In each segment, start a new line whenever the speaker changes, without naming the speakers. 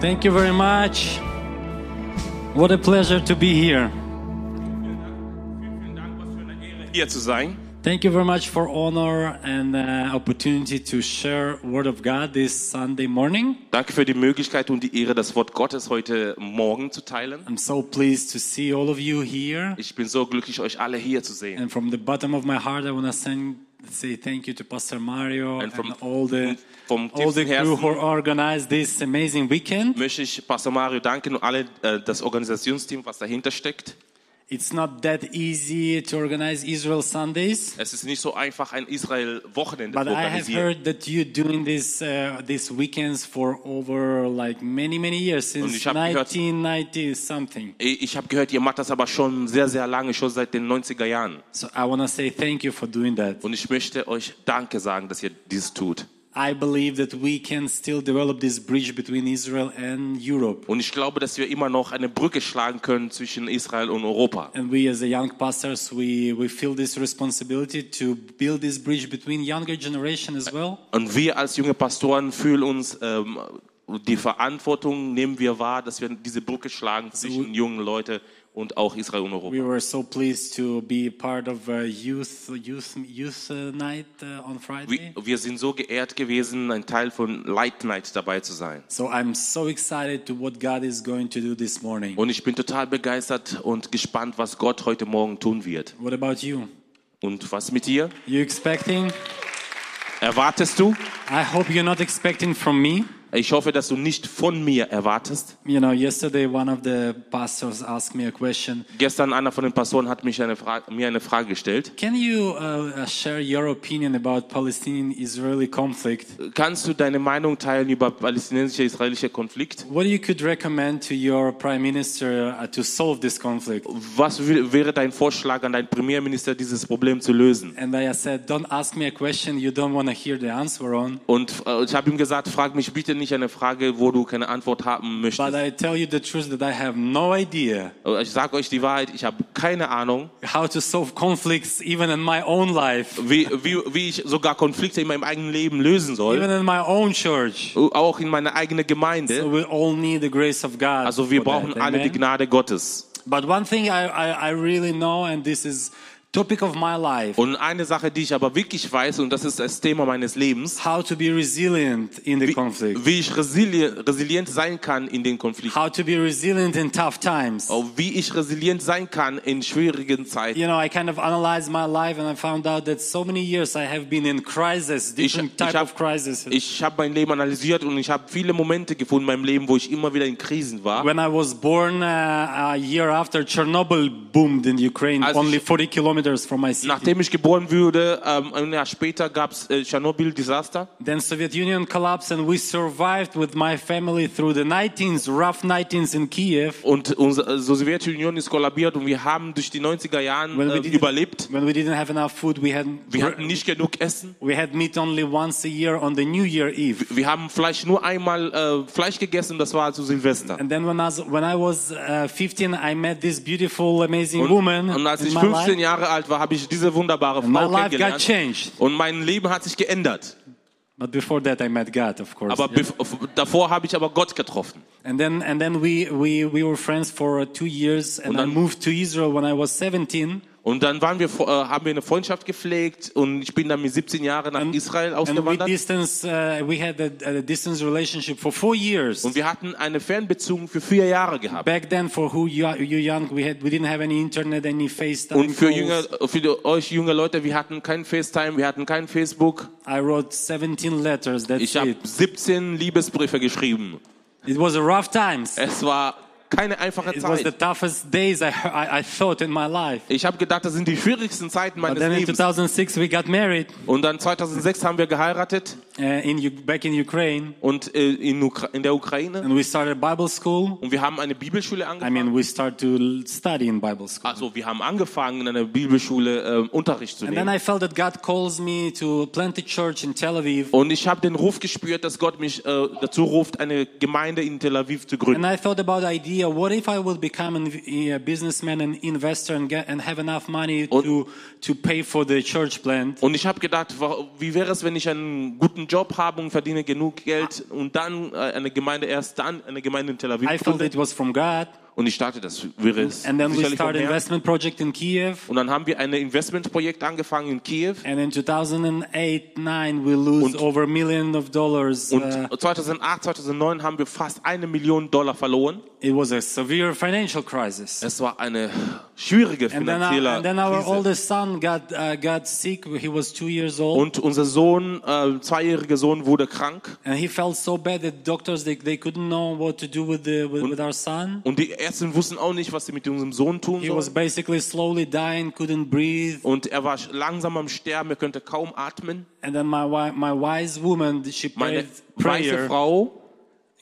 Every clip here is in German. Thank you very much. What a pleasure to be here.
Vielen Dank, was für eine Ehre, hier zu sein.
Thank you very much for honor and uh, opportunity to share Word of God this Sunday morning.
Danke für die Möglichkeit und die Ehre, das Wort Gottes heute Morgen zu teilen.
I'm so pleased to see all of you here.
Ich bin so glücklich, euch alle hier zu sehen.
And from the bottom of my heart, I want to send, say thank you to Pastor Mario and,
And from-
all the
Vom
all the
tiefsten
crew who
Herzen
organized this amazing weekend.
möchte ich Pastor Mario danken und alle äh, das Organisationsteam, was dahinter steckt.
It's not that easy to organize Israel Sundays,
Es ist nicht so einfach, ein Israel-Wochenende
but
zu
I have
organisieren.
heard that you're doing this uh, these weekends for over like many many years since
ich hab gehört-
1990 something.
Ich ich habe gehört, ihr macht das aber schon sehr, sehr lange, schon seit den 90er Jahren.
So I want to say thank you for doing that.
Und ich möchte euch Danke sagen, dass ihr dies tut.
I believe that we can still develop this bridge between Israel and Europe.
Und ich glaube, dass wir immer noch eine Brücke schlagen können zwischen Israel und Europa.
And we, as a young pastors, we, we feel this responsibility to build this bridge between younger generation as well.
Und wir als junge Pastoren fühlen uns ähm, die Verantwortung, nehmen wir wahr, dass wir diese Brücke schlagen zwischen jungen Leuten und auch Israel und Europa.
We were so pleased to be part of a youth youth youth uh, night uh, on
Wir,
Friday.
wir sind so geehrt gewesen, ein Teil von Light Night dabei zu sein.
So I'm so excited to what God is going to do this morning.
Und ich bin total begeistert und gespannt, was Gott heute Morgen tun wird.
What about you?
Und was mit dir?
You expecting?
Erwartest du?
I hope you're not expecting from me.
Ich hoffe, dass du nicht von mir erwartest.
You know, yesterday one of the pastors asked me a question.
Gestern einer von den Pastoren hat mich eine Fra mir eine Frage gestellt.
Can you uh, uh, share your opinion about Palestinian-Israeli conflict?
Kannst du deine Meinung teilen über palästinensischer-israelischer Konflikt?
What you could recommend to your prime minister uh, to solve this conflict?
Was wär- wäre dein Vorschlag an deinen Premierminister, dieses Problem zu lösen?
And I said, don't ask me a question you don't want to hear the answer on.
Und äh, ich habe ihm gesagt, frag mich bitte nicht eine Frage, wo du keine Antwort haben
But
möchtest.
I tell you the truth that I have no idea
Äh, Ich sage euch die Wahrheit, ich habe keine Ahnung,
how to solve conflicts even in my own life,
wie, wie, wie ich sogar Konflikte in meinem eigenen Leben lösen soll,
even in my own church.
auch in meiner eigenen
So
Gemeinde.
we all need the grace of God.
Also wir
for that.
brauchen alle die
Amen?
Gnade Gottes.
But one thing I, I, I really know, and this is topic of my life,
Und eine Sache, die ich aber wirklich weiß, und das ist das Thema meines Lebens,
how to be resilient in the
wie,
conflict.
wie ich resili- resilient sein kann in den Konflikten.
how to be resilient in tough times.
Wie ich resilient sein kann in schwierigen Zeiten.
You know, I kind of analyzed my life and I found out that so many years I have been in crisis, different
ich
type
hab-
of crises.
Ich habe mein Leben analysiert und ich habe viele Momente gefunden in meinem Leben, wo ich immer wieder in Krisen war.
When I was born uh, a year after Chernobyl boomed in Ukraine,
Also
only
ich-
40 kilometers from my city.
Nachdem ich geboren wurde, ähm, ein Jahr später gab es äh, Tschernobyl-Desaster.
Then Soviet Union collapsed and we survived with my family through the 19s, rough 19s in Kiev.
Und unsere äh, so Sowjetunion ist kollabiert und wir haben durch die 90er Jahren
When we
äh,
didn't-
überlebt.
When we didn't have enough food, we had
Wir hatten nicht genug Essen.
we had meat only once a year on the New Year Eve.
Wir haben Fleisch nur einmal äh, Fleisch gegessen, das war zu Silvester.
And then when I was, when I was uh, 15, I met this beautiful, amazing
Und,
woman.
und als
in
ich
my
15
life.
Jahre alt war, habe ich diese wunderbare
My
Frau
life got
kennengelernt.
changed.
Und mein Leben hat sich geändert.
But before that, I met God, of course.
Aber bef- davor habe ich aber Gott getroffen.
and then, and then we, we, we were friends for uh, two years. And I
dann-
moved to Israel when I was 17.
Und dann waren wir, vor- äh, haben wir eine Freundschaft gepflegt und ich bin dann mit 17 Jahren
Ähm,
nach Israel
Mhm. And we,
ausgewandert.
distance, uh, we had a, a distance relationship for four years.
Und wir hatten eine Fernbeziehung für vier Jahre gehabt.
Back then, for who you, are- you young, we, had, we didn't have any internet, any FaceTime.
Und für,
calls.
junge, für die- euch junge Leute, wir hatten kein FaceTime, wir hatten kein Facebook.
I wrote 17 letters. That's
Ich habe
it.
17 Liebesbriefe geschrieben.
It was a rough times.
Es war keine einfache
It was the
Äh, Zeit.
toughest days I, I, I thought in my life.
Ich habe gedacht, das sind die schwierigsten Zeiten
But
meines
then in
Lebens.
2006 we got married
Und dann 2006 haben wir geheiratet
uh, in U- back in Ukraine,
und äh, in, Ukra in der Ukraine.
and we started Bible school.
Und wir haben eine Bibelschule
Ähm. I
angefangen.
mean, we started to l- study in Bible school.
Also wir haben angefangen, in einer Bibelschule äh, Unterricht zu
And then
nehmen.
I felt that God calls me to plant a church in Tel Aviv,
Und ich habe den Ruf gespürt, dass Gott mich äh, dazu ruft, eine Gemeinde in Tel Aviv zu gründen.
and I thought about the idea: what if I would become an, a businessman and investor and get and have enough money
Und-
to to pay for the church plant?
Und ich habe gedacht, wa- wie wäre es, wenn ich einen guten Job habe und verdiene genug Geld und dann äh, eine Gemeinde erst dann eine Gemeinde in Tel Aviv
I felt
gründe.
it was from God.
Und ich dachte, das wäre es
And then we
sicherlich vom
started
Herrn.
investment project in Kiev.
Und dann haben wir ein Investmentprojekt angefangen in Kiew.
And in 2008-9 we lose
Und-
over a million of dollars.
Und
Uh,
2008, 2009 haben wir fast eine Million Dollar verloren.
Uh, it was a severe financial crisis.
Es war eine schwierige
And then, our,
finanzielle
and then our
Krise.
oldest son got uh, got sick. He was two years old,
Und unser Sohn, äh, zweijähriger Sohn, wurde krank.
and he felt so bad that doctors they, they couldn't know what to do with the with, with our son.
Und die Ärzte wussten auch nicht, was sie mit unserem Sohn tun
He was
sollen.
basically slowly dying, couldn't breathe.
Und er war sch- langsam am Sterben, er konnte kaum atmen.
And then my wi- my wise woman she
Meine
prayed
weiße
prayer.
Frau,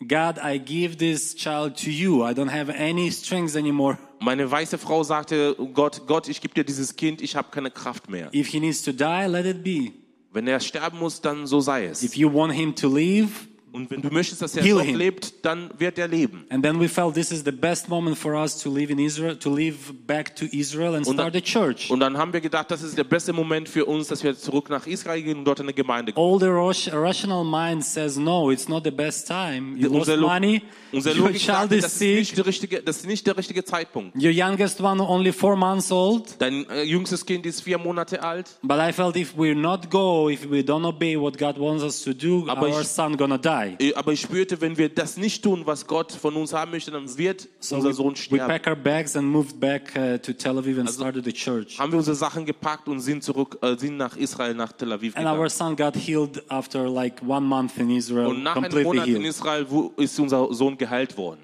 God, I give this child to you. I don't have any strength anymore.
meine weiße Frau sagte, "Oh Gott, Gott, ich gebe dir dieses Kind, ich habe keine Kraft mehr.
If he needs to die, let it be.
Wenn er sterben muss, dann so sei es.
If you want him to live,
Und wenn du möchtest, dass er
Heal
noch
him.
lebt, dann wird er leben.
and then we felt this is the best moment for us to live in Israel, to live back to Israel and
Und dann-
start a church.
Und dann haben wir gedacht, das ist der beste Moment für uns, dass wir zurück nach Israel gehen und dort eine Gemeinde gründen.
All the ros- rational mind says no, it's not the best time. You lost
Unser, Lo-
money,
unser
your
Logik
Oh, child
sagt,
is
das ist,
sick,
nicht der richtige, das ist nicht der richtige Zeitpunkt.
your youngest one only four months old.
Dein äh, jüngstes Kind ist vier Monate alt.
But I felt if we're not go, if we don't obey what God wants us to do,
Aber
our
ich-
son gonna die.
Äh, Aber ich spürte, wenn wir das nicht tun, was Gott von uns haben möchte, dann wird
So
unser
we,
Sohn
we
sterben.
packed our bags and moved back uh, to Tel Aviv and started the church.
Haben wir unsere Sachen gepackt und sind zurück, äh, sind nach Israel, nach Tel Aviv
And our
gegangen.
son got healed after like one month in Israel,
Und nach einem
completely
Monat in
healed.
Israel wo- ist unser Sohn geheilt worden.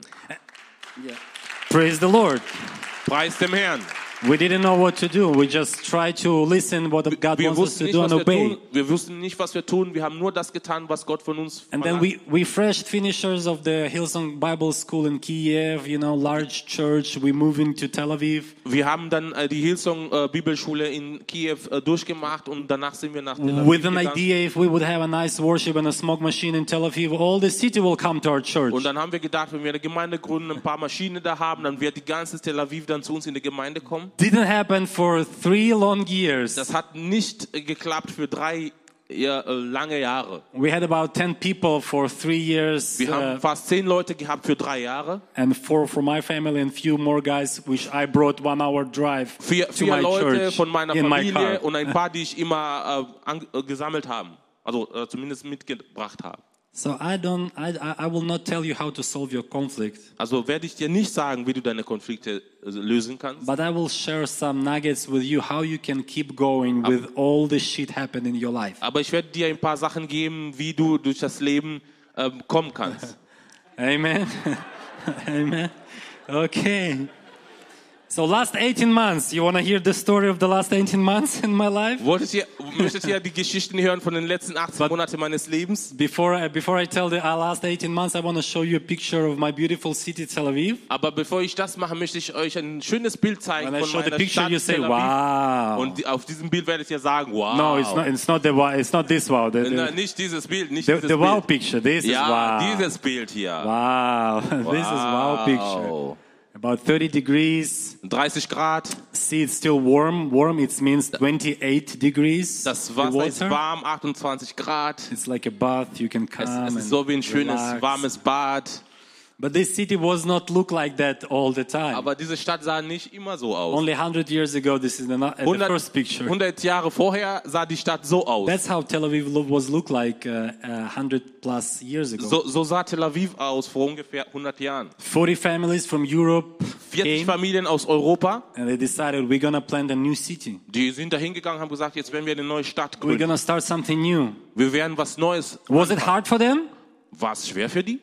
Praise the Lord.
Preis dem Herrn.
We didn't know what to do. We just tried to listen what God
Wir
wants us to
wussten, nicht,
do
was
and
wir,
obey.
tun. wir wussten nicht, was wir tun. Wir haben nur das getan, was Gott von uns
And then
verlangt.
we, we fresh finishers of the Hillsong Bible School in Kiev, you know, large church. We move into Tel Aviv.
Wir haben dann äh, die Hillsong äh, Bibelschule in Kiew äh, durchgemacht und danach sind wir nach Tel Aviv
With an
gegangen.
idea, if we would have a nice worship and a smoke machine in Tel Aviv, all the city will come to our church.
Und dann haben wir gedacht, wenn wir eine Gemeinde gründen, ein paar Maschinen da haben, dann wird die ganze Tel Aviv dann zu uns in die Gemeinde kommen.
Didn't happen for three long years.
Das hat nicht äh, geklappt für drei ja, äh, lange Jahre.
We had about 10 people for three years,
Wir
uh,
haben fast zehn Leute gehabt für drei Jahre.
and four for my family, and few more guys, which I brought one hour drive
Vier,
to
vier
my
Leute
church
von meiner
in my
Familie
car.
und ein paar, die ich immer äh, an, äh, gesammelt haben. Also äh, zumindest mitgebracht habe.
So I don't, I, I- I will not tell you how to solve your conflict,
Also werde ich dir nicht sagen, wie du deine Konflikte äh, lösen kannst.
but I will share some nuggets with you how you can keep going with all the shit happened in your life.
Aber ich werde dir ein paar Sachen geben, wie du durch das Leben ähm, kommen kannst.
Amen. Amen. Okay. So last 18 months, you want to hear the story of the last 18 months in my life?
Wolltet ihr, möchtet ihr die Geschichten hören von den letzten 18 Monaten meines Lebens?
Before I, before I tell the uh, last 18 months, I want to show you a picture of my beautiful city, Tel Aviv.
Aber bevor ich das mache, möchte ich euch ein schönes Bild zeigen
When I
von
show the
meiner
picture,
Stadt
you say,
Tel Aviv.
"Wow."
Und die- auf diesem Bild werdet ihr sagen, wow.
no, it's not. It's not the wow. It's not this wow. The, the,
Nein, nicht dieses Bild, nicht
the-
dieses
the wow
Bild.
picture. This
ja,
is wow.
dieses Bild hier.
Wow. this is wow picture.
Wow.
About 30 degrees.
30 Grad,
See, it's still warm. Warm. It means 28 degrees.
das
the
Wasser ist
water.
warm, 28 Grad.
It's like a bath. You can come.
Es, es
and
ist so wie ein schönes,
relax.
warmes Bad.
But this city was not look like that all the time.
Aber diese Stadt sah nicht immer so aus.
Only 100 years ago, this is the, no- uh, the
100,
first picture.
100 Jahre vorher sah die Stadt so aus.
That's how Tel Aviv lo- was look like uh, uh, 100 plus years ago.
So, so sah Tel Aviv aus vor ungefähr 100 Jahren.
40 families from Europe
40
came
Familien aus Europa,
and they decided we're gonna plant a new city.
die sind da hingegangen, haben gesagt, jetzt werden wir eine neue Stadt
We're
gründen.
gonna start something new.
Wir werden was Neues.
Was it hard for them?
War es schwer für die?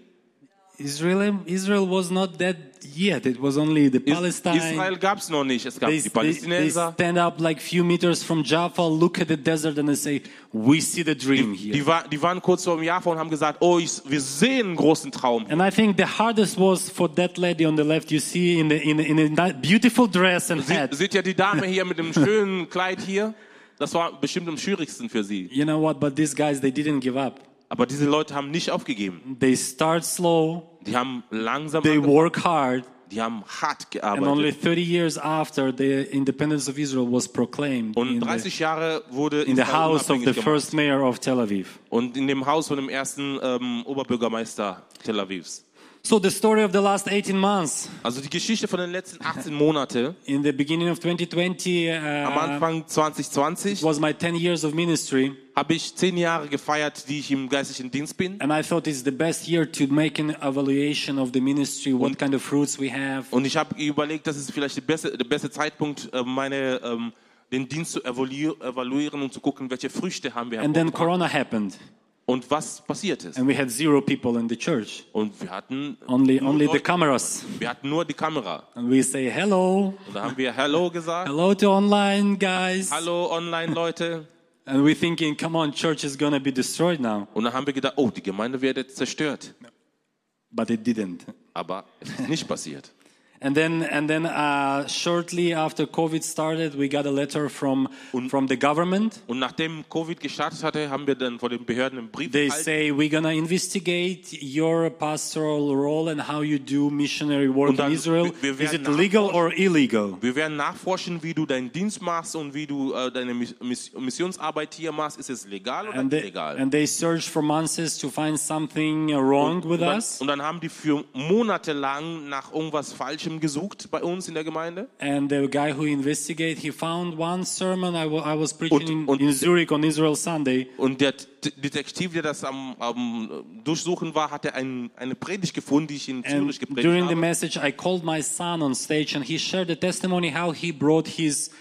Israel, Israel was not that yet. It was only the
Is-
Palestine.
Israel gab es noch nicht. Es gab
They, they,
die
they
Palästinenser.
stand up like few meters from Jaffa, look at the desert, and they say, "We see the dream here."
Die, war, die waren kurz vor einem Jahr vor und haben gesagt, oh, ich, wir sehen einen großen Traum.
And I think the hardest was for that lady on the left. You see, in the in, the- in a ni- beautiful dress and
Sie,
hat.
seht ihr die Dame hier mit dem schönen Kleid hier? Das war bestimmt am schwierigsten für sie.
You know what? But these guys, they didn't give up.
Aber diese Leute haben nicht aufgegeben.
They start slow.
Die haben langsam
They
angefangen.
work hard.
Die haben hart
And only
gearbeitet.
30 years after the independence of Israel was proclaimed
Und
in the,
30 Jahre wurde
in the
Israel
house of
unabhängig
the
gemacht.
first mayor of Tel Aviv.
Und in dem Haus von dem ersten ähm, Oberbürgermeister Tel Avivs.
So the story of the last 18 months.
Also die Geschichte von den letzten 18 Monate.
In the beginning of 2020,
Am
uh,
Anfang 2020
was my 10 years of ministry,
habe ich 10 Jahre gefeiert, die ich im geistlichen Dienst bin.
and I thought it's the best year to make an evaluation of the ministry, what kind of fruits we have,
Und ich habe überlegt, das ist vielleicht der beste, der beste Zeitpunkt, äh, meine, ähm, den Dienst zu evalu- evaluieren und zu gucken, welche Früchte haben wir
and then
hervorgebracht
Corona happened,
und was passiert ist.
and we had zero people in the church,
Und wir hatten
only
nur
only the
Leute-
cameras,
wir hatten nur die Kamera.
and we say hello,
Und da haben wir Hello gesagt,
hello to online guys,
Hallo Online-Leute.
and we're thinking, come on, church is gonna be destroyed now,
Und dann haben wir gedacht, oh, die Gemeinde wird jetzt zerstört.
but it didn't.
Aber es ist nicht passiert.
And then, and then, uh, shortly after COVID started, we got a letter from from the government.
Und nachdem Covid gestartet hatte, haben wir dann von den Behörden einen Brief
They
erhalten.
say we're gonna investigate your pastoral role and how you do missionary work
Und dann-
in Israel.
wir- wir
Is it
werden
legal or illegal?
Wir werden nachforschen, wie du deinen Dienst machst und wie du äh, deine Mis- Miss Missionsarbeit hier machst. Ist es legal oder
And they,
illegal?
and they search for months to find something wrong with
und, dann,
us.
und dann haben die für Monate lang nach irgendwas Falschem gesucht bei uns in der Gemeinde.
And the guy who investigate, he found one sermon I wa- I was preaching in,
und-
in Zurich on Israel Sunday.
Und der T- Detektiv, der das am, am Durchsuchen war, hatte ein, eine Predigt gefunden, die ich in
And
Zürich gepredigt
during the
habe.
message, I called my son on stage, and he shared the testimony how he brought his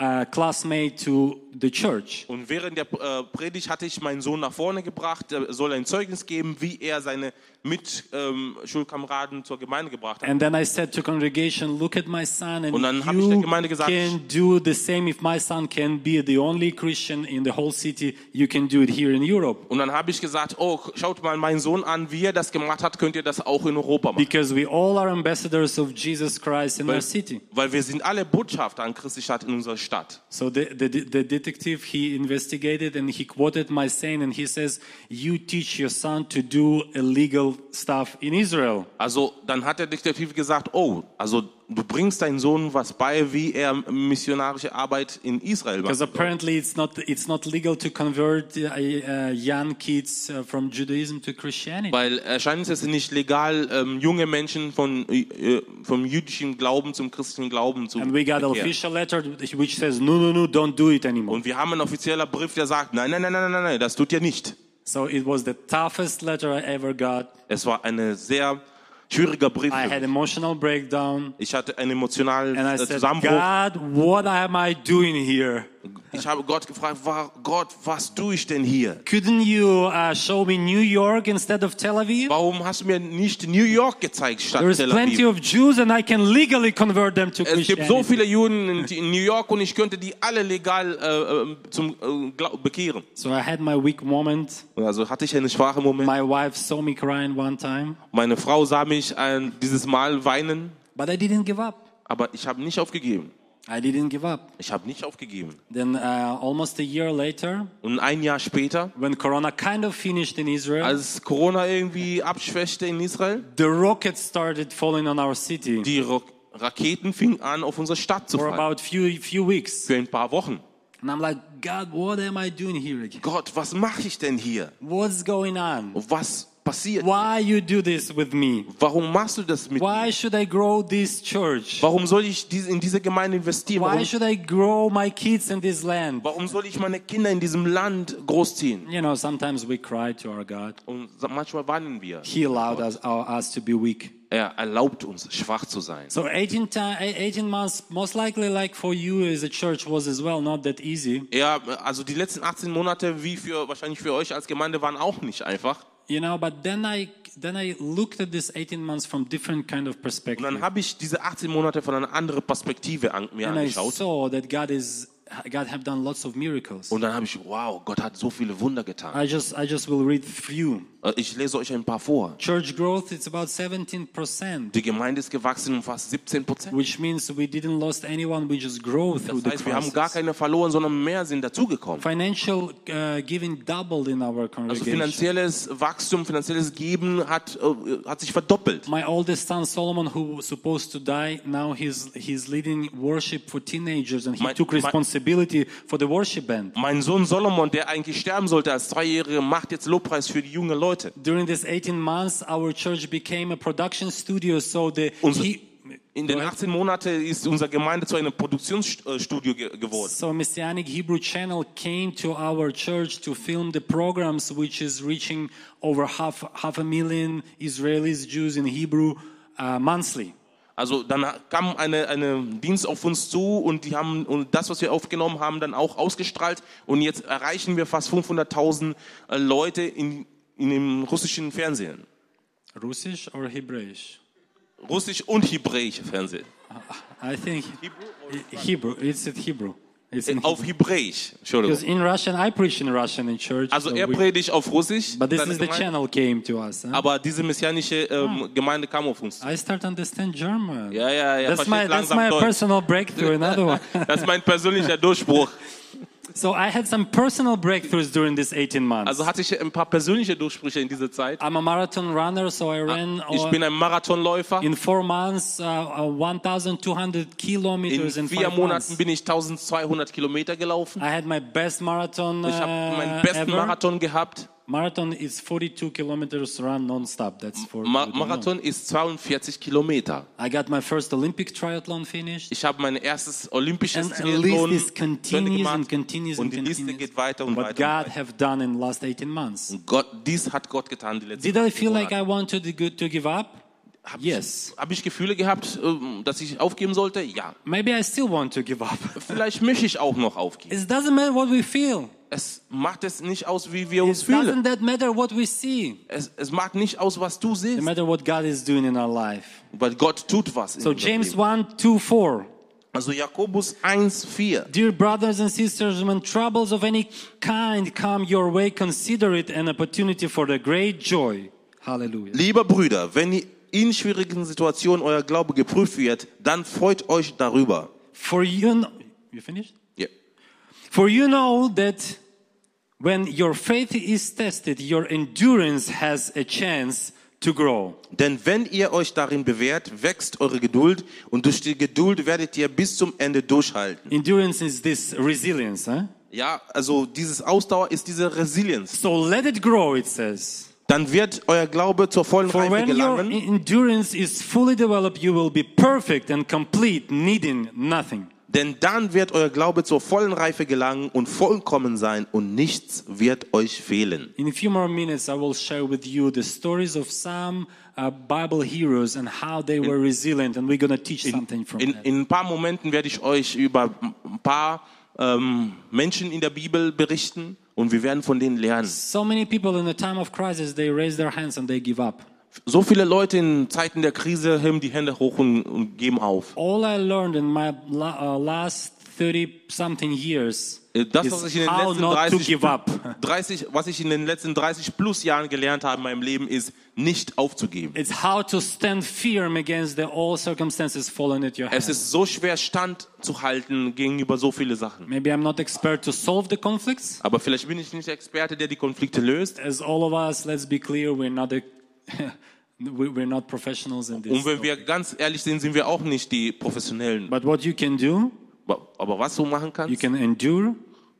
uh, classmate to the church.
Und während der äh, Predigt hatte ich meinen Sohn nach vorne gebracht, er soll ein Zeugnis geben, wie er seine Mitschulkameraden ähm, Schulkameraden zur Gemeinde gebracht hat.
And then I said to congregation, look at my son, and
Und dann hab ich der
you
Gemeinde gesagt,
can do the same. If my son can be the only Christian in the whole city, you can do it here in Europe.
Und dann habe ich gesagt, oh, schaut mal meinen Sohn an, wie er das gemacht hat, könnt ihr das auch in Europa machen.
Because we all are ambassadors of Jesus Christ in our city.
Weil wir sind alle Botschafter an Christi Stadt in unserer Stadt.
So the, the, the detective, he investigated and he quoted my saying and he says, you teach your son to do illegal stuff in Israel.
Also dann hat der Detektiv gesagt, oh, also du bringst deinem Sohn was bei, wie er missionarische Arbeit in Israel macht.
Because apparently it's not, it's not legal to convert uh, uh, young kids uh, from Judaism to Christianity.
Weil erscheint es nicht legal, ähm, junge Menschen von, äh, vom jüdischen Glauben zum christlichen Glauben zu
And we got an
bekehren.
official letter which says, no, no, no, don't do it anymore.
Und wir haben einen offiziellen Brief, der sagt, nein, nein, nein, nein, nein, nein, das tut ihr nicht.
So it was the toughest letter I ever got.
Es war ein sehr schwieriger Brief.
I had emotional breakdown.
Ich hatte einen emotionalen
And I
äh,
said,
Zusammenbruch.
God, what am I doing here?
Ich habe Gott gefragt, "Wa- Gott, was tue ich denn hier?
Couldn't you uh, show me New York instead of Tel Aviv?
Warum hast du mir nicht New York gezeigt statt
There's
Tel
plenty
Aviv?
of Jews and I can legally convert them to
Es gibt so
Christianity.
viele Juden in, in New York und ich könnte die alle legal äh, äh, zum äh, Glau- bekehren.
So I had my weak moment.
Also hatte ich einen schwachen Moment.
My wife saw me crying one time,
Meine Frau sah mich ein, dieses Mal weinen,
but I didn't give up.
aber ich habe nicht aufgegeben.
I didn't give up.
Ich habe nicht aufgegeben.
Then uh, almost a year later,
Und ein Jahr später,
when Corona kind of finished in Israel,
als Corona irgendwie abschwächte in Israel,
the rockets started falling on our city
die Ro Raketen fingen an, auf unsere Stadt zu
for
fallen.
about few few weeks.
Für ein paar Wochen.
And I'm like, God, what am I doing here again?
Gott, was mache ich denn hier?
What's going on?
Was passiert?
Why you do this with me?
Warum machst du das mit
Why
mir?
should I grow this church?
Warum soll ich dies- in diese Gemeinde investieren?
Why
Warum,
should I grow my kids in this land?
warum soll ich meine Kinder in diesem Land großziehen?
You know, sometimes we cry to our God.
Und sa- manchmal warnen wir.
He allowed us, our, us to be weak.
Er erlaubt uns, schwach zu sein.
So 18, ti- 18 months, most likely like for you as a church was as well not that easy.
Ja, also die letzten 18 Monate, wie für wahrscheinlich für euch als Gemeinde, waren auch nicht einfach.
You know, but then I then I looked at this 18 months from different kind of
Und
perspective.
dann habe ich diese 18 Monate von einer anderen Perspektive an, mir
And I
angeschaut.
saw that God is God have done lots of miracles.
Und dann habe ich, wow, Gott hat so viele Wunder getan.
I just I just will read few.
Äh, Ich lese euch ein paar vor.
Church growth is about 17%,
Die Gemeinde ist gewachsen um fast 17 Prozent.
which means we didn't lost anyone, we just grow through
Das
the
heißt, wir haben gar
crisis.
keine verloren, sondern mehr sind dazugekommen.
Financial uh, giving doubled in our
Also
congregation.
finanzielles Wachstum, finanzielles Geben hat, äh, hat sich verdoppelt.
My oldest son Solomon, who was supposed to die, now he's he's leading worship for teenagers, and he
My-
took
my-
responsibility for the worship band.
Mein Sohn Solomon, der eigentlich sterben sollte als Dreijähriger, macht jetzt Lobpreis für die jungen Leute.
During these 18 months, our church became a production studio, so the
Unsere-
he,
In den 18 Monaten ist unsere Gemeinde zu einem Produktionsstudio ge geworden.
so Messianic Hebrew Channel came to our church to film the programs, which is reaching over half half a million Israelis, Jews in Hebrew uh, monthly.
Also dann kam eine, eine Dienst auf uns zu und die haben und das, was wir aufgenommen haben, dann auch ausgestrahlt und jetzt erreichen wir fast 500.000 äh, Leute in, in dem russischen Fernsehen,
Russisch or Hebraish?
russisch und hebräisch Fernsehen.
I think Hebrew. It's in Hebrew. It's in
Auf hebräisch,
Because
Entschuldigung.
in Russian, I preach in Russian in church.
Also
so
er
we-
predigt auf russisch,
but this
seine
is the Ah.
Gemeinde,
channel came to us. huh?
aber diese messianische ähm, Gemeinde kam auf uns. zu.
I start to understand German.
Ja, ja, ja,
that's
versteht
my that's
langsam
my
Deutsch.
personal breakthrough. Another one.
Das ist mein persönlicher Durchbruch.
so I had some personal breakthroughs during these 18 months.
Also hatte ich ein paar persönliche Durchbrüche in dieser Zeit.
I'm a marathon runner, so I ran
Ah, Ich
uh,
bin ein Marathonläufer.
in four months uh, uh, 1,200
In
kilometers in,
vier
five
Monaten
months.
bin ich 1200 Kilometer gelaufen.
I had my best marathon.
Ich habe meinen
uh,
besten
ever.
Marathon gehabt.
Marathon is 42 kilometers run non-stop. That's for
Ma
you don't know.
Marathon ist 42 Kilometer.
I got my first Olympic triathlon finished.
Ich habe mein erstes olympisches
And- and list
Triathlon
is continues
gemacht.
and continues
und
and
die Liste
continues.
geht weiter und
What
weiter.
God have done in last 18 months.
Und Gott, dies hat Gott getan die letzten
Did I feel like I wanted to go- to give up?
Habe
Yes.
ich, hab ich Gefühle gehabt, ähm, dass ich aufgeben sollte? Ja.
Maybe I still want to give up.
Vielleicht möchte ich auch noch aufgeben.
It doesn't matter what we feel.
Es macht es nicht aus, wie wir uns
It doesn't
fühlen.
that matter what we see.
Es, es macht nicht aus, was du
It
siehst,
matter what God is doing in our life.
weil Gott tut was. in
So
unserem
James
Leben.
1, 2, 4.
Also Jakobus 1,4.
Dear brothers and sisters, when troubles of any kind come your way, consider it an opportunity for a great joy. Hallelujah.
Lieber Brüder, wenn in schwierigen Situationen euer Glaube geprüft wird, dann freut euch darüber.
For you know, you finished?
Ja.
For you know that when your faith is tested, your endurance has a chance to grow.
Denn wenn ihr euch darin bewährt, wächst eure Geduld und durch die Geduld werdet ihr bis zum Ende durchhalten.
Endurance is this resilience, huh?
Ja, also dieses Ausdauer ist diese Resilienz.
So let it grow, it says.
Dann wird euer Glaube zur vollen
For
Reife
when your en-
gelangen,
endurance is fully developed, you will be perfect and complete, needing nothing.
denn dann wird euer Glaube zur vollen Reife gelangen und vollkommen sein und nichts wird euch fehlen.
In a few more minutes, I will share with you the stories of some uh, Bible heroes and how they were resilient, and we're going to teach something from
In,
that.
in ein paar Momenten werde ich euch über ein paar ähm, Menschen in der Bibel berichten und wir werden von denen lernen.
So many people in a time of crisis, they raise their hands and they give up.
So viele Leute in Zeiten der Krise heben die Hände hoch und, und geben auf.
All I learned in my la- uh, last 30 something years
Äh, Das,
is
was ich in den
how
letzten
not to
30,
give up.
30, was ich in den letzten 30 plus Jahren gelernt habe in meinem Leben, ist nicht aufzugeben.
It's how to stand firm against the all circumstances falling at your
Es
hands.
ist so schwer, Stand zu halten gegenüber so viele Sachen.
Maybe I'm not expert to solve the conflicts.
Aber vielleicht bin ich nicht der Experte, der die Konflikte löst.
As all of us, let's be clear, we're not a, we- we're not professionals in this.
Und wenn wir ganz ehrlich sind, sind wir auch nicht die Professionellen.
But what you can do,
Aber aber was du machen kannst,
you can endure,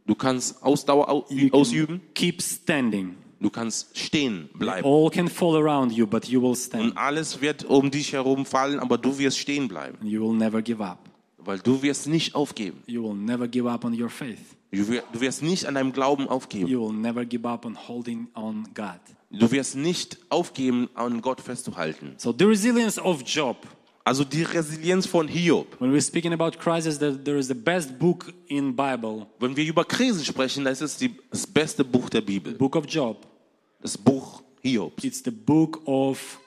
Du kannst Ausdauer au
you can
ausüben,
keep standing.
du kannst stehen bleiben.
All can fall around you, but you will stand.
Und alles wird um dich herum fallen, aber du wirst stehen bleiben,
You will never give up.
weil du wirst nicht aufgeben.
You will never give up on your faith.
Du wir- du wirst nicht an deinem Glauben aufgeben.
You will never give up on holding on God.
Du wirst nicht aufgeben, an Gott festzuhalten.
So the resilience of Job.
Also die Resilienz von Hiob.
When we're speaking about crisis, there, there is the best book in Bible,
Wenn wir über Krisen sprechen, das ist die, das beste Buch der Bibel,
Book of Job.
das Buch Hiobs.
It's the book of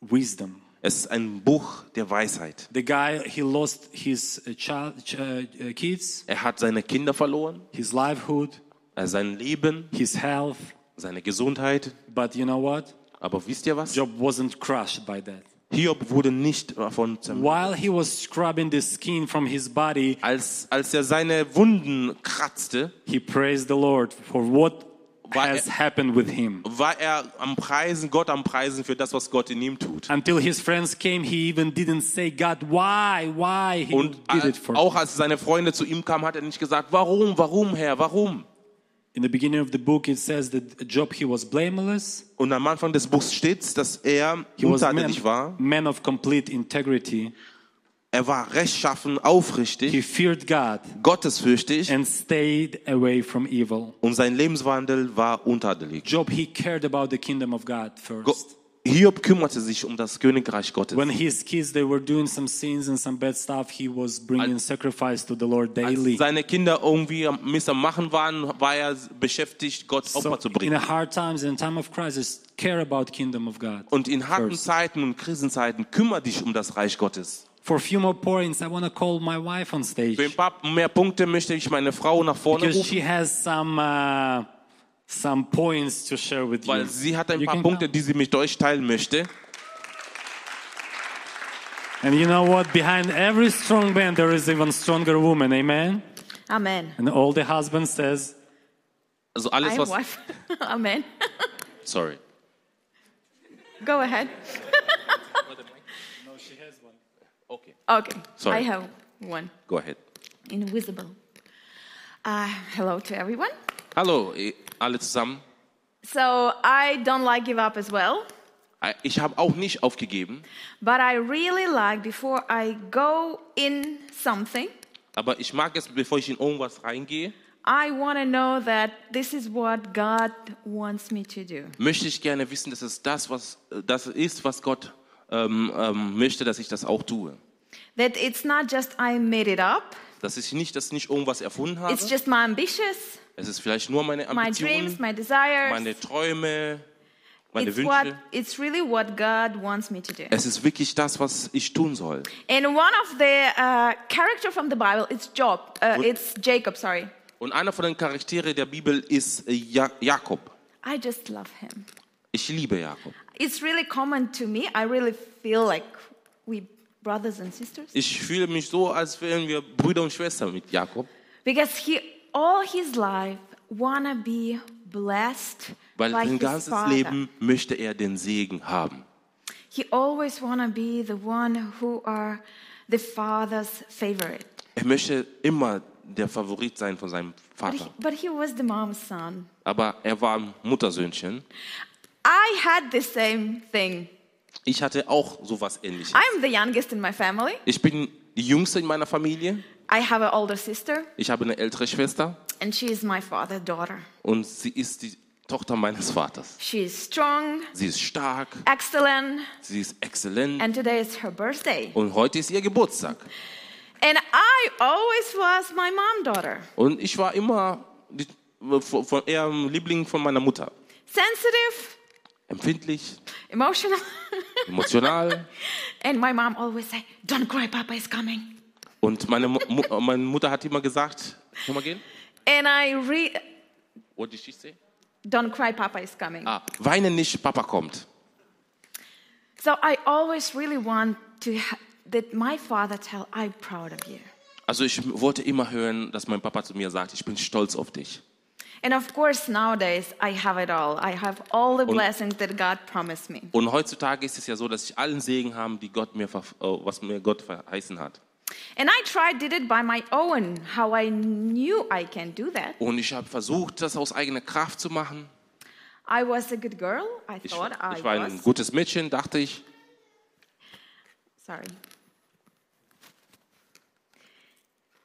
wisdom.
Es ist ein Buch der Weisheit.
The guy he lost his uh, child, ch- uh, uh, kids,
Er hat seine Kinder verloren,
his livelihood,
er hat sein Leben,
his health,
seine Gesundheit.
But you know what?
Aber wisst ihr was?
Job wasn't crushed by that.
Hiob wurde nicht davon zermürbt.
While he was scrubbing the skin from his body,
Als, als er seine Wunden kratzte,
he praised the Lord for what
Why-
has happened with him.
war er am Preisen, Gott am Preisen für das, was Gott in ihm tut.
Until his friends came, he even didn't say, God, why, why he
Und
did it for
auch als seine Freunde zu ihm kamen, hat er nicht gesagt, warum, warum, Herr, warum?
In the beginning of the book, it says that Job, he was blameless.
Und am Anfang des Buchs steht, dass er
He was a
untadelig war.
man of complete integrity.
Er war rechtschaffen, aufrichtig,
He feared God
gottesfürchtig
and stayed away from evil.
und sein Lebenswandel war untadelig.
Job, he cared about the kingdom of God first.
Go- Hiob kümmerte sich um das Königreich Gottes.
When his kids they were doing some sins and some bad stuff, he was bringing sacrifice to the Lord daily.
Als seine Kinder irgendwie am Mist am Machen waren, war er beschäftigt, Gott
So
Opfer zu
in
bringen.
a hard times, in a time of crisis, care about kingdom of God.
Und in harten
First.
Zeiten und Krisenzeiten kümmere dich um das Reich Gottes.
For a few more points, I want to call my wife on stage
Für ein paar mehr Punkte möchte ich meine Frau nach vorne
because
rufen,
she has some uh, some points to share with you.
weil sie hat ein
You
paar
can
Punkte,
come.
die sie mit euch teilen möchte.
And you know what? Behind every strong man, there is even stronger woman. Amen.
Amen.
And all the husband says,
Also alles,
I'm
was...
wife. Amen.
Sorry.
Go ahead.
"No, Oh, she has one."
Okay.
Okay.
Sorry.
I have one.
Go ahead.
Invisible. Uh, hello to everyone.
Hallo, eh, alle zusammen.
So I don't like give up as well,
Äh, Ich habe auch nicht aufgegeben,
but I really like before I go in something,
aber ich mag es, bevor ich in irgendwas reingehe,
I want to know that this is what God wants me to do.
möchte ich gerne wissen, dass es das, was äh, das ist, was Gott ähm, ähm, möchte, dass ich das auch tue.
That it's not just I made it up,
Dass ich nicht, dass ich nicht irgendwas erfunden habe.
it's just my ambitions,
Es ist vielleicht nur meine
my dreams,
Ambitionen,
my desires.
meine Träume, meine
it's what
Wünsche.
it's really what God wants me to do.
Es ist wirklich das, was ich tun soll.
And one of the uh, character from the Bible, it's Job. Uh, it's Jacob. Sorry,
Und einer von den Charaktere der Bibel ist äh, ja Jakob.
I just love him.
Ich liebe Jakob.
It's really common to me. I really feel like we brothers and sisters
Ich fühle mich so, als wären wir Brüder und Schwestern mit Jakob.
because he all his life wanna be blessed
Weil
by
sein
his
ganzes
father.
Leben möchte er den Segen haben.
He always wanna be the one who are the father's favorite.
Er möchte immer der Favorit sein von seinem
But he,
Vater.
but he was the mom's son.
Aber er war ein Muttersöhnchen.
I had the same thing.
Ich hatte auch sowas ähnliches.
I'm the youngest in my family.
Ich bin die Jüngste in meiner Familie.
I have an older sister,
Ich habe eine ältere Schwester
and she is my father's daughter.
und sie ist die Tochter meines Vaters.
She is strong,
Sie ist stark,
excellent,
sie ist exzellent
and today is her birthday.
und heute ist ihr Geburtstag.
And I always was my mom daughter.
Und ich war immer die, von, von eher ein Liebling von meiner Mutter.
Sensitive,
Empfindlich,
emotional.
emotional.
and my mom always say, Don't cry, Papa is coming.
Und meine, Mu Mu- äh, meine Mutter hat immer gesagt, kann mal gehen?
And I re
What did she say?
don't cry, Papa is coming.
Ah, weine nicht, Papa kommt.
So I always really want to ha- that my father tell, I'm proud of you.
Also ich wollte immer hören, dass mein Papa zu mir sagt, ich bin stolz auf dich.
And of course, nowadays I have it all. I have all the
Und-
blessings that God promised me.
Und heutzutage ist es ja so, dass ich allen Segen habe, die Gott mir, verf- äh, was mir Gott verheißen hat.
And I tried did it by my own, how I knew I can do that.
Und ich habe versucht, das aus eigener Kraft zu machen.
I was a good girl, I
Ich,
thought I
ich war ein
was.
gutes Mädchen, dachte ich.
Sorry.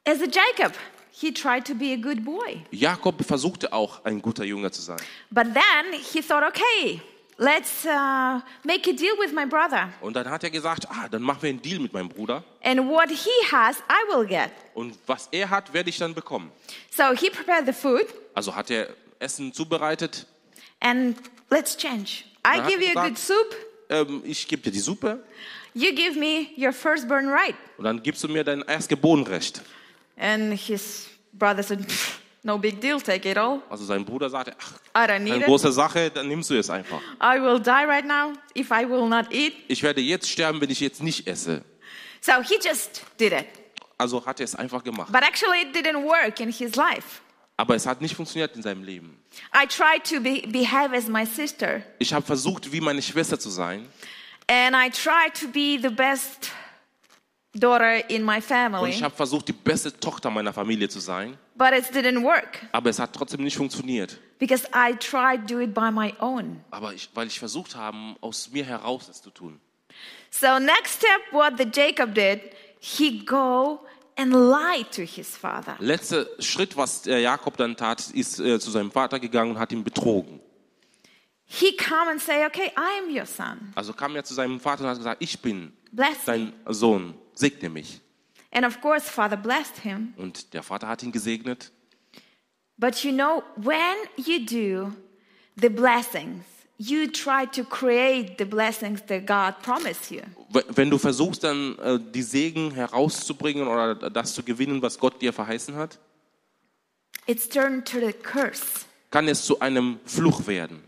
As a Jacob, he tried to be a good boy.
Jakob versuchte auch, ein guter Junge zu sein.
But then he thought, okay, let's uh, make a deal with my brother.
Und dann hat er gesagt, ah, dann machen wir einen Deal mit meinem Bruder.
And what he has, I will get.
Und was er hat, werde ich dann bekommen.
So he prepared the food
Also hat er Essen zubereitet.
and let's change.
Er
I
hat
give you
gesagt-
a good soup,
Ähm, ich gebe dir die Suppe
you give me your firstborn right.
und dann gibst du mir dein Erstgeborenenrecht.
And his brother said, "Pff, No big deal, take it all.
Also sein Bruder sagte, ach,
I don't
eine
need it.
große Sache, dann nimmst du es einfach.
I will die right now if I will not eat.
Ich werde jetzt sterben, wenn ich jetzt nicht esse.
So he just did it.
Also hat er es einfach gemacht.
But actually, it didn't work in his life.
Aber es hat nicht funktioniert in seinem Leben.
I tried to be, behave as my sister,
Ich habe versucht, wie meine Schwester zu sein.
and I tried to be the best daughter in my
Und
family,
ich habe versucht, die beste Tochter meiner Familie zu sein.
but it didn't work
Aber es hat trotzdem nicht funktioniert.
because I tried to do it by my own.
Aber ich, weil ich versucht habe, aus mir heraus es zu tun.
So next step, what the Jacob did, he go and lied to his father.
Letzter Schritt, was der Jakob dann tat, ist äh, zu seinem Vater gegangen und hat ihn betrogen.
He come and say, "Okay, I am your son.
Also kam er zu seinem Vater und hat gesagt, ich bin
Bless me."
dein Sohn, segne mich.
And of course, father blessed him.
Und der Vater hat ihn gesegnet.
But you know, when you do the blessings, you try to create the blessings that God promised you.
W- Wenn du versuchst, dann äh, die Segen herauszubringen oder das zu gewinnen, was Gott dir verheißen hat,
It's turned to the curse
kann es zu einem Fluch werden.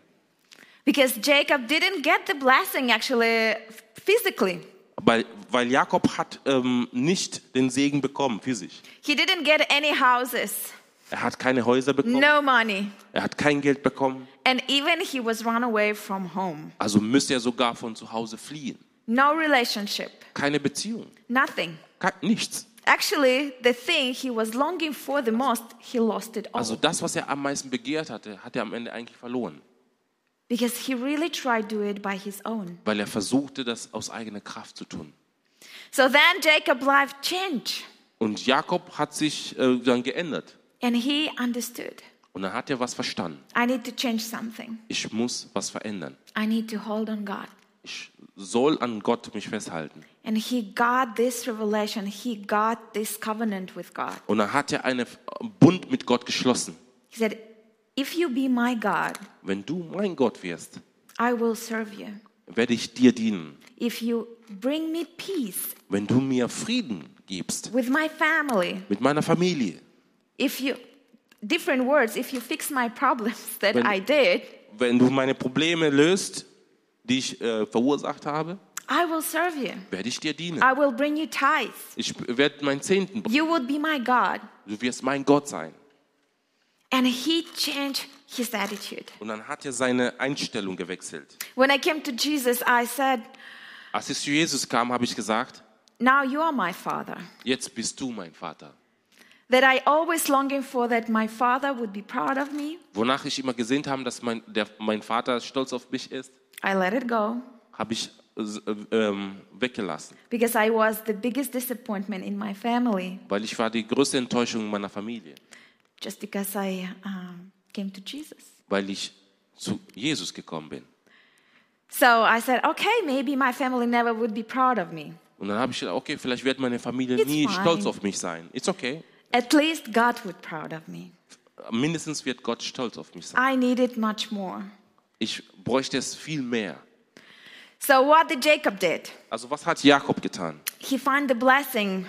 because Jacob didn't get the blessing actually physically.
Weil, weil Jakob hat ähm, nicht den Segen bekommen, physisch.
He didn't get any houses,
Er hat keine Häuser bekommen,
no money,
er hat kein Geld bekommen.
and even he was run away from home.
Also müsste er sogar von zu Hause fliehen.
No relationship,
Keine Beziehung,
nothing.
kein, nichts.
Actually, the thing he was longing for the most, he lost it all
Also das, was er am meisten begehrt hatte, hat er am Ende eigentlich verloren.
because he really tried to do it by his own.
Weil er versuchte, das aus eigener Kraft zu tun.
So then Jacob's life changed
Und Jakob hat sich äh, dann geändert.
and he understood
Und dann hat er was verstanden.
I need to change something.
Ich muss was verändern.
I need to hold on God.
Ich soll an Gott mich festhalten.
And he got this revelation, he got this covenant with God.
Und dann hat er einen Bund mit Gott geschlossen.
He said, If you be my God,
Wenn du mein Gott wirst,
I will serve you.
werde ich dir dienen.
If you bring me peace
Wenn du mir Frieden gibst
with my family,
mit meiner Familie,
if you, different words, if you fix my problems that
When-
I did,
wenn du meine Probleme löst, die ich äh, verursacht habe,
I will serve you.
werde ich dir dienen.
I will bring you tithes.
Ich werde meinen Zehnten bringen.
You will be my God.
Du wirst mein Gott sein.
And he changed his attitude.
Und dann hat er seine Einstellung gewechselt.
When I came to Jesus, I said,
Als ich zu Jesus kam, habe ich gesagt,
Now you are my father.
jetzt bist du mein Vater.
That I always longing for that my father would be proud of me.
Wonach ich immer gesehen habe, dass mein, der, mein Vater stolz auf mich ist,
I let it go
habe ich äh, ähm, weggelassen,
because I was the biggest disappointment in my family
weil ich war die größte Enttäuschung meiner Familie,
just because I um, came to Jesus.
weil ich zu Jesus gekommen bin.
So I said, okay, maybe my family never would be proud of me.
Und dann habe ich gedacht, okay, vielleicht wird meine Familie
It's
nie
fine.
stolz auf mich sein. It's okay.
At least God would proud of me.
Mindestens wird Gott stolz auf mich sein.
I needed much more.
Ich bräuchte es viel mehr.
So what did Jacob did?
Also was hat Jakob getan?
He found the blessing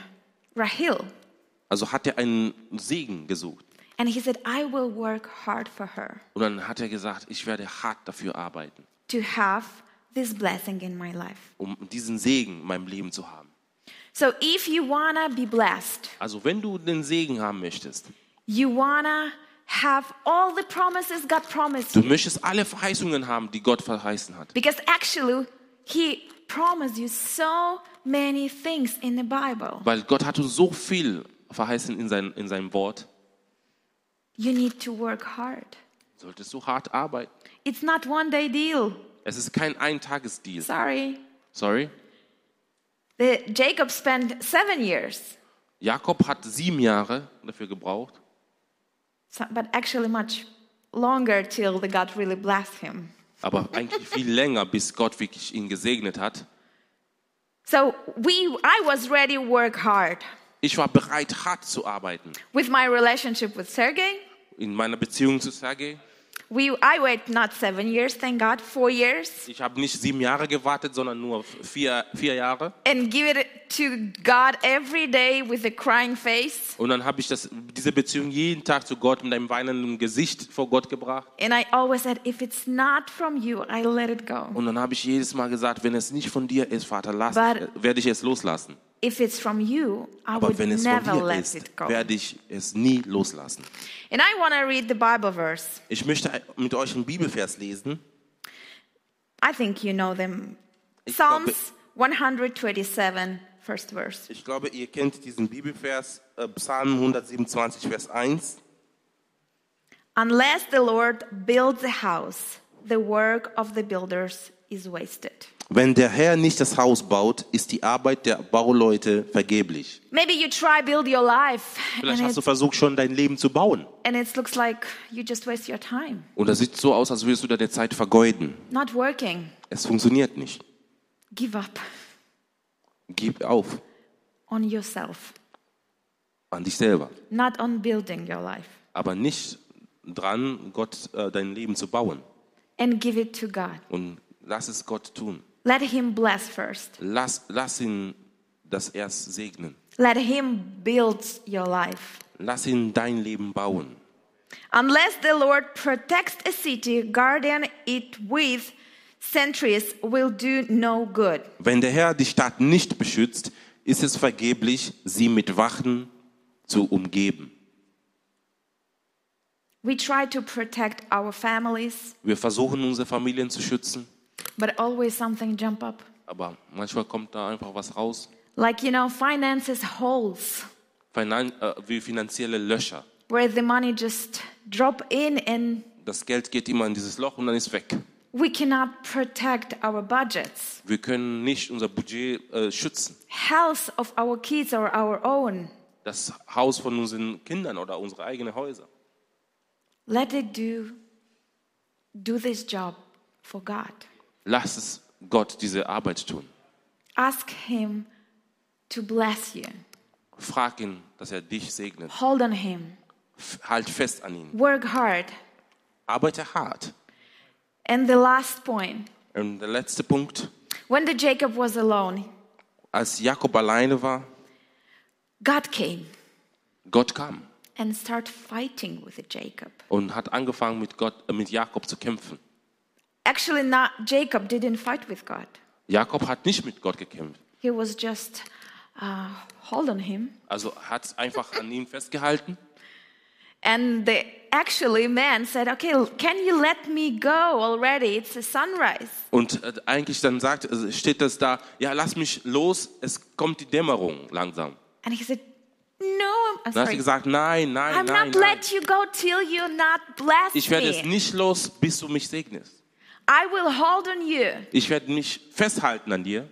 Rahel,
Also hat er einen Segen gesucht.
and he said, I will work hard for her
Und dann hat er gesagt, ich werde hart dafür arbeiten,
to have this blessing in my life.
um diesen Segen in meinem Leben zu haben.
So if you wanna be blessed,
Also wenn du den Segen haben möchtest,
you wanna have all the promises God promised
du
you.
möchtest alle Verheißungen haben, die Gott verheißen hat.
Because actually, He promised you so many things in the Bible.
Weil Gott hat uns so viel verheißen in, sein, in seinem Wort.
You need to work hard.
Solltest du hart arbeiten.
It's not one day deal.
Es ist kein Eintagesdeal.
Sorry.
Sorry.
The, Jacob spent seven years,
Jakob hat sieben Jahre dafür gebraucht,
so- but actually much longer till the God really blessed him.
aber eigentlich viel länger, bis Gott wirklich ihn gesegnet hat.
So we, I was ready to work hard
Ich war bereit, hart zu arbeiten.
with my relationship with Sergey.
In meiner Beziehung zu Sergei,
We, I wait not seven years, thank God, four years,
ich habe nicht sieben Jahre gewartet, sondern nur vier, vier Jahre.
and give it to God every day with a crying face,
Und dann habe ich das, diese Beziehung jeden Tag zu Gott mit einem weinenden Gesicht vor Gott gebracht.
and I always said, if it's not from you, I let it go.
Und dann habe ich jedes Mal gesagt, wenn es nicht von dir ist, Vater, lass,
But-
äh, werde ich es loslassen.
If it's from you, I
Aber
would
wenn es von
never
dir
let
ist,
it go.
werde ich es nie loslassen.
And I want to read the Bible verse.
Ich möchte mit euch einen Bibelvers lesen.
I think you know them.
Ich glaube-
Psalms 127, first verse.
Ich glaube, ihr kennt diesen Bibelvers, äh, Psalm 127, Vers 1.
Unless the Lord builds a house, the work of the builders is wasted.
Wenn der Herr nicht das Haus baut, ist die Arbeit der Bauleute vergeblich.
Maybe you try build your life
Vielleicht
and
hast du
it,
versucht, schon dein Leben zu bauen.
and it looks like you just waste your time,
Und das sieht so aus, als würdest du deine Zeit vergeuden.
not working.
Es funktioniert nicht.
Give up
Gib auf
on yourself,
an dich selber.
not on building your life,
Aber nicht dran, Gott äh, dein Leben zu bauen.
and give it to God.
Und lass es Gott tun.
Let Him bless first.
Lass, lass ihn das erst segnen.
Let Him build your life.
Lass ihn dein Leben bauen.
Unless the Lord protects a city, guarding it with sentries will do no good.
Wenn der Herr die Stadt nicht beschützt, ist es vergeblich, sie mit Wachen zu umgeben.
We try to protect our families,
Wir versuchen, unsere Familien zu schützen,
but always something jump up.
aber manchmal kommt da einfach was raus.
Like you know, finances holes
Finan äh, wie finanzielle Löcher.
where the money just drop in and
Das Geld geht immer in dieses Loch und dann ist weg.
we cannot protect our budgets,
Wir können nicht unser Budget äh, schützen.
health of our kids or our own.
Das Haus von unseren Kindern oder unsere eigenen Häuser.
Let it do do this job for God.
Lass es Gott diese Arbeit tun.
Ask him to bless you.
Frag ihn, dass er dich segnet.
Hold on him.
F- Halt fest an ihn.
Work hard.
Arbeite hart.
And the last point.
Und der letzte Punkt.
When the Jacob was alone,
Als Jakob alleine war,
God came
Gott kam
and started fighting with Jacob.
und hat angefangen, mit, Gott, äh, mit Jakob zu kämpfen.
Actually, not Jacob didn't fight with God.
Jakob hat nicht mit Gott gekämpft.
He was just uh, hold on him.
Also hat einfach an ihm festgehalten.
And the actually man said, "Okay, l- can you let me go already? It's a sunrise."
Und äh, eigentlich dann sagt, also steht das da, ja, lass mich los, es kommt die Dämmerung langsam.
And he said, "No, I'm
Dann hat sie
sorry.
gesagt, nein, nein,
I'm
nein,
not
nein.
let you go till you not bless
Ich werde es
me.
nicht los, bis du mich segnest.
I will hold on you.
Ich werde mich festhalten an dir.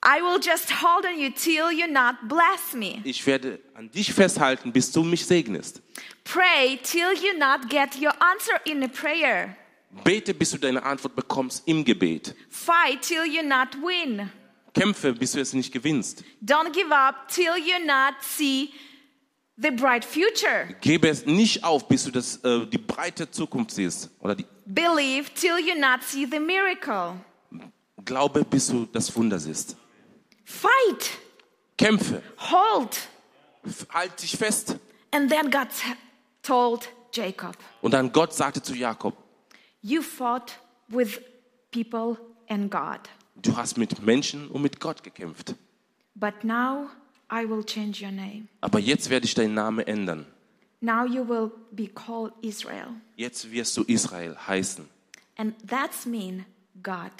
I will just hold on you till you not bless me.
Ich werde an dich festhalten, bis du mich segnest.
Pray till you not get your answer in a prayer.
Bete, bis du deine Antwort bekommst im Gebet.
Fight till you not win.
Kämpfe, bis du es nicht gewinnst.
Don't give up till you not see the bright future.
Gebe es nicht auf, bis du das, äh, die breite Zukunft siehst. Oder die
Believe till you not see the miracle.
Glaube, bis du das Wunder siehst.
Fight,
Kämpfe,
hold.
F- halt dich fest.
And then God t- told Jacob,
Und dann Gott sagte zu Jakob,
You fought with people and God,
du hast mit Menschen und mit Gott gekämpft.
but now I will change your name.
Aber jetzt werde ich deinen Namen ändern.
Now you will be called Israel.
Jetzt wirst du Israel heißen.
And that's mean God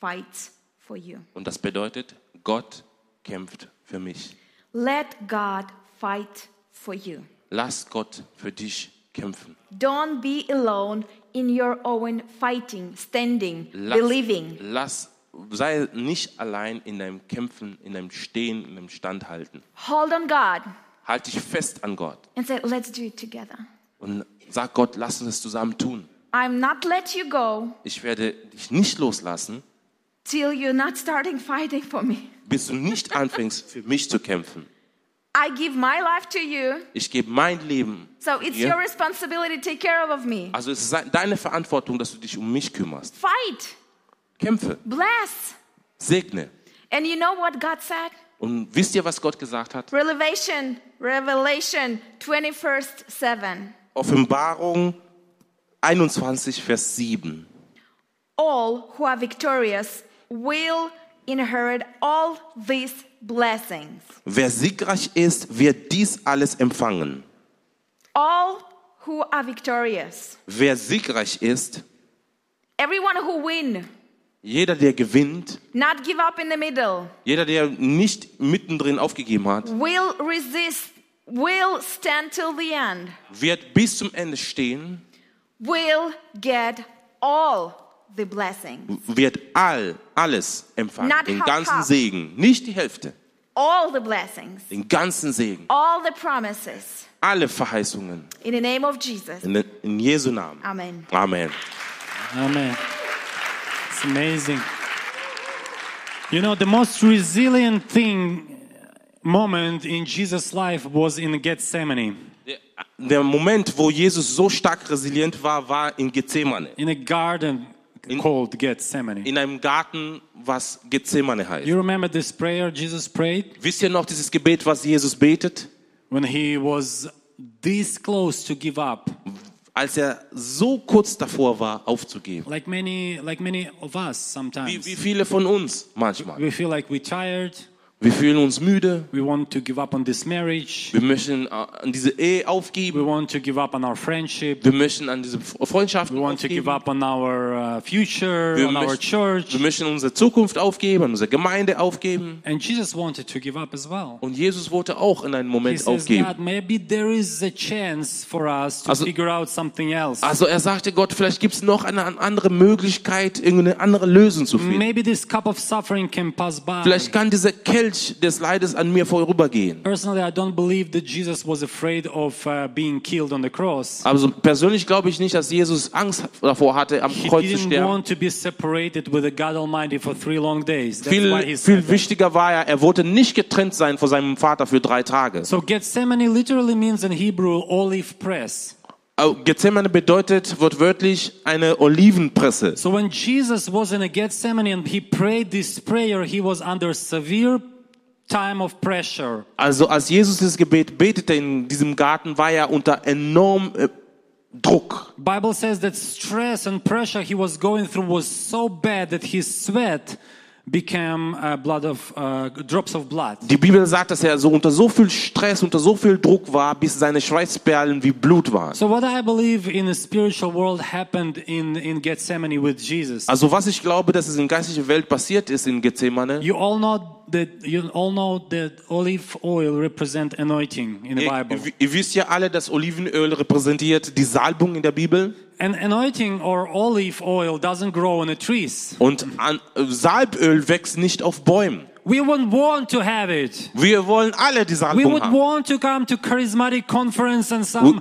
fights for you.
Und das bedeutet, Gott kämpft für mich.
Let God fight for you.
Lass Gott für dich kämpfen.
Don't be alone in your own fighting, standing,
Lass,
believing.
lass, sei nicht allein in deinem Kämpfen, in deinem Stehen, in deinem Standhalten.
Hold on God
Halt dich fest an Gott
and say, let's do it together.
und sag Gott, lass uns das zusammen tun.
I'm not let you go
Ich werde dich nicht loslassen,
till you're not starting fighting for me.
bis du nicht anfängst, für mich zu kämpfen.
I give my life to you.
Ich gebe mein Leben.
So it's
dir.
your responsibility to take care of me.
Also es ist deine Verantwortung, dass du dich um mich kümmerst.
Fight,
Kämpfe,
bless.
segne.
And you know what God said?
Und wisst ihr, was Gott gesagt hat?
Revelation, Revelation 21st 7.
Offenbarung 21, Vers 7.
All who are victorious will inherit all these blessings.
Wer siegreich ist, wird dies alles empfangen.
All who are victorious.
Wer siegreich ist,
Everyone who win,
jeder, der gewinnt,
not give up in the middle,
jeder, der nicht mittendrin aufgegeben hat,
will resist, will stand till the end,
wird bis zum Ende stehen,
will get all the blessings.
wird all, alles empfangen.
Not
Den
half,
ganzen
half.
Segen, nicht die Hälfte,
All the blessings.
den ganzen Segen,
All the promises.
alle Verheißungen.
In the name of Jesus.
In, in Jesu Namen.
Amen.
Amen.
Amen. It's amazing. You know, the most resilient thing, moment in Jesus' life was in Gethsemane,
Der, der Moment, wo Jesus so stark resilient war, war in Gethsemane.
in a garden called Gethsemane.
In einem Garten, was Gethsemane heißt.
you remember this prayer Jesus prayed
Wisst ihr noch dieses Gebet, was Jesus betet?
when he was this close to give up,
Als er so kurz davor war, aufzugeben.
like many, like many of us sometimes.
Wie, wie viele von uns manchmal?
we feel like we're tired.
Wir fühlen uns müde.
We want to give up on this marriage.
Wir möchten äh, an diese Ehe
We
aufgeben.
want to give up on our friendship.
Wir möchten an diese Freundschaft
We want to give
aufgeben.
up on our uh, future,
Wir
on our
möchten-
church.
Wir möchten unsere Zukunft aufgeben, an unsere Gemeinde aufgeben.
And Jesus wanted to give up as well.
Und Jesus wollte auch in einem
He
Moment
says,
aufgeben.
God, maybe there is a chance for us to
Also-
figure out something else.
Also er sagte Gott, vielleicht gibt es noch eine an- andere Möglichkeit, irgendeine andere Lösung zu finden.
Maybe this cup of suffering can pass by.
Vielleicht kann dieser Kelch des Leides an mir vorübergehen.
Personally, I don't believe that Jesus was afraid of uh, being killed on the cross.
Also persönlich glaube ich nicht, dass Jesus Angst davor hatte, am
He
Kreuz zu
didn't
sterben.
want to be separated with the God Almighty for three long days. That's why he
Viel,
said
viel
that.
wichtiger war ja, er wollte nicht getrennt sein von seinem Vater für drei Tage.
So Gethsemane literally means in Hebrew olive press.
Aber Gethsemane bedeutet wortwörtlich eine Olivenpresse.
So when Jesus was in a Gethsemane and he prayed this prayer, he was under severe time of pressure.
Also als Jesus dieses Gebet betete in diesem Garten, war er unter enormem äh, Druck.
Bible says that stress and pressure he was going through was so bad that his sweat became uh, blood of uh, drops of blood.
Die Bibel sagt, dass er so unter so viel Stress, unter so viel Druck war, bis seine Schweißperlen wie Blut waren.
So what I believe in the spiritual world happened in in Gethsemane with Jesus.
Also was ich glaube, dass es in geistlicher Welt passiert ist in Gethsemane.
You all know that you all know that olive oil represent anointing in the
Ihr,
Bible.
ihr- ihr wisst ja alle, dass Olivenöl repräsentiert die Salbung in der Bibel.
And anointing or olive oil doesn't grow on the trees.
Und an, äh, Salböl wächst nicht auf Bäumen.
We would want to have it.
Wir wollen alle die
We
Salbung
would
haben.
want to come to charismatic conference and some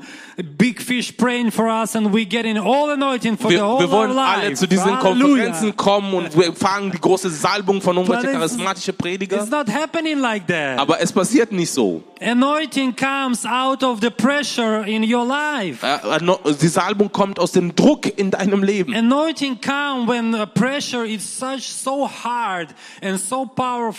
big fish praying for us and we get in all anointing for
Wir,
the whole
wir wollen
our
alle
life.
zu diesen
Hallelujah.
Konferenzen kommen und wir empfangen die große Salbung von irgendwelchen
But it's-
charismatischen Prediger.
It's not happening like that.
Aber es passiert nicht so.
Anointing comes out of the pressure in your life.
Äh, äh, no- Die Salbung kommt aus dem Druck in deinem Leben.
Anointing comes when the pressure is such so hard and so powerful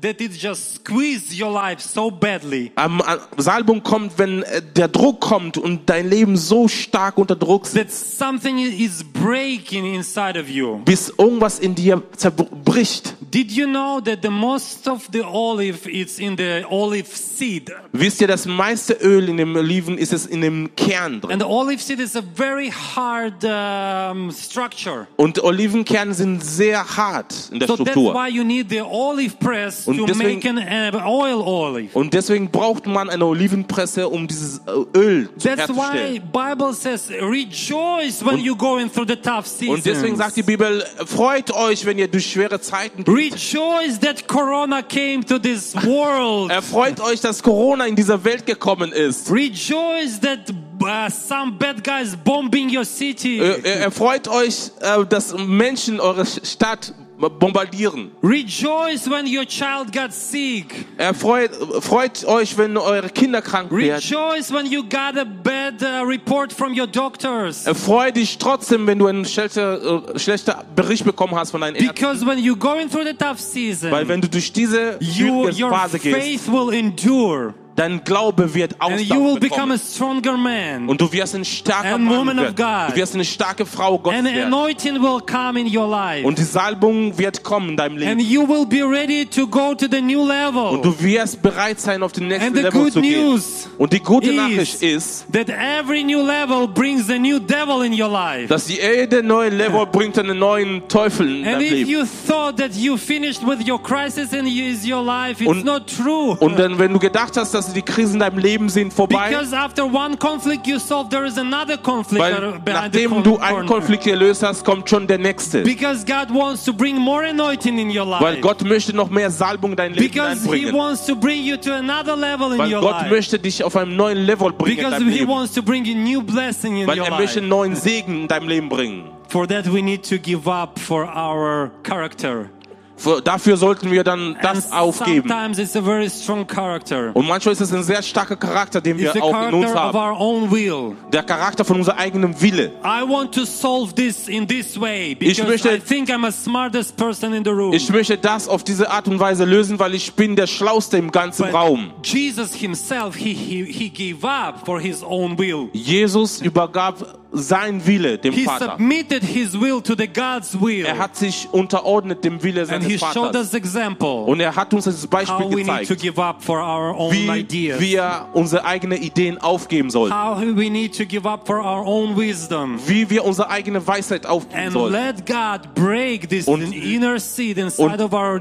that it just squeezes your life so badly.
Am am Ähm, äh, Salbung kommt, wenn äh, der Druck kommt und dein Leben so stark unter Druck sitzt,
that something is breaking inside of you.
bis irgendwas in dir zerbricht.
Did you know that the most of the olive is in the olive seed?
Wisst ihr, das meiste Öl in dem Oliven ist es in dem Kern drin.
And the olive seed is a very hard um, structure.
Und Olivenkerne sind sehr hart in der
So that's
Struktur.
why you need the olive press
Und
to
deswegen-
make an uh, oil olive.
Und deswegen braucht man eine Olivenpresse, um dieses äh, Öl zu
That's why
herzustellen.
Bible says rejoice when you're going through the tough
Und deswegen sagt die
seasons.
Bibel, freut euch, wenn ihr durch schwere Zeiten geht.
Rejoice that Corona came to this world.
Erfreut euch, dass Corona in dieser Welt gekommen ist.
Rejoice that uh, some bad guys bombing your city.
Äh, äh, Erfreut euch, äh, dass Menschen äh, eure Stadt bombardieren.
Rejoice when your child got sick.
Er freut, freut euch, wenn eure Kinder krank werden.
Rejoice when you got a bad uh, report from your doctors.
Er freut dich trotzdem, wenn du einen schlechter, äh, schlechter Bericht bekommen hast von deinen Ärzten.
Because when you're going through the tough
Weil
season,
wenn du durch diese
you,
schwierige
your
Phase gehst,
faith will endure
dein Glaube wird
and you will become
Ausdauer
a
bekommen.
stronger man.
Und du wirst ein starker
And
Mann
woman of
werden.
God.
Du wirst eine starke Frau Gottes
An
werden.
anointing will come in your life.
Und die Salbung wird kommen in deinem
And
Leben.
you will be ready to go to the new
Und
level.
du wirst bereit sein, auf den nächsten
And the
Level
good
zu gehen.
news
Und die gute
is-
Nachricht ist,
That every new level brings a new devil in your life.
dass jede neue Level bringt einen neuen Teufel in dein
And if
Leben.
you thought that you finished with your crisis and you- is your life, it's
Und-
not true.
Und dann, wenn du gedacht hast, dass die Krisen in deinem Leben sind vorbei,
Because after one conflict you solve, there is another conflict
weil
ar- behind the
nachdem
con-
du einen
corner.
Konflikt gelöst hast, kommt schon der nächste.
Because God wants to bring more anointing in your
Weil
life.
Gott möchte noch mehr Salbung in dein Leben
Because He
einbringen.
wants to bring you to another level in
Weil
your
Gott
life.
möchte dich auf einem neuen Level bringen in
Because
deinem
He
Leben.
wants to bring you new blessing in
Weil
your
er möchte
life.
einen neuen Segen in deinem Leben bringen.
For that we need to give up for our character.
Für- Dafür sollten wir dann das
And
aufgeben.
Sometimes it's a very strong character.
Und manchmal ist es ein sehr starker Charakter, den
It's
wir
the
auch in uns
character of
haben.
our own will.
Der Charakter von unserem eigenen Wille.
I want to solve this in this way because
möchte-
I think I'm a smartest person in the room.
Ich möchte das auf diese Art und Weise lösen, weil ich bin der Schlauste im ganzen
But
Raum.
Jesus himself, he, he, he gave up for his own will.
Jesus übergab sein Wille dem
He
Vater.
submitted his will to the God's will.
Er hat sich unterordnet dem Wille
and
seines
he showed
Vaters.
us example
Und er hat uns das
how
Beispiel
we need to
gezeigt,
give up for our own
wie
ideas.
wir unsere eigenen Ideen aufgeben sollen.
how we need to give up for our own wisdom.
Wie wir unsere eigene Weisheit aufgeben
And
sollen.
let God break this
Und-
inner seed inside
und-
of our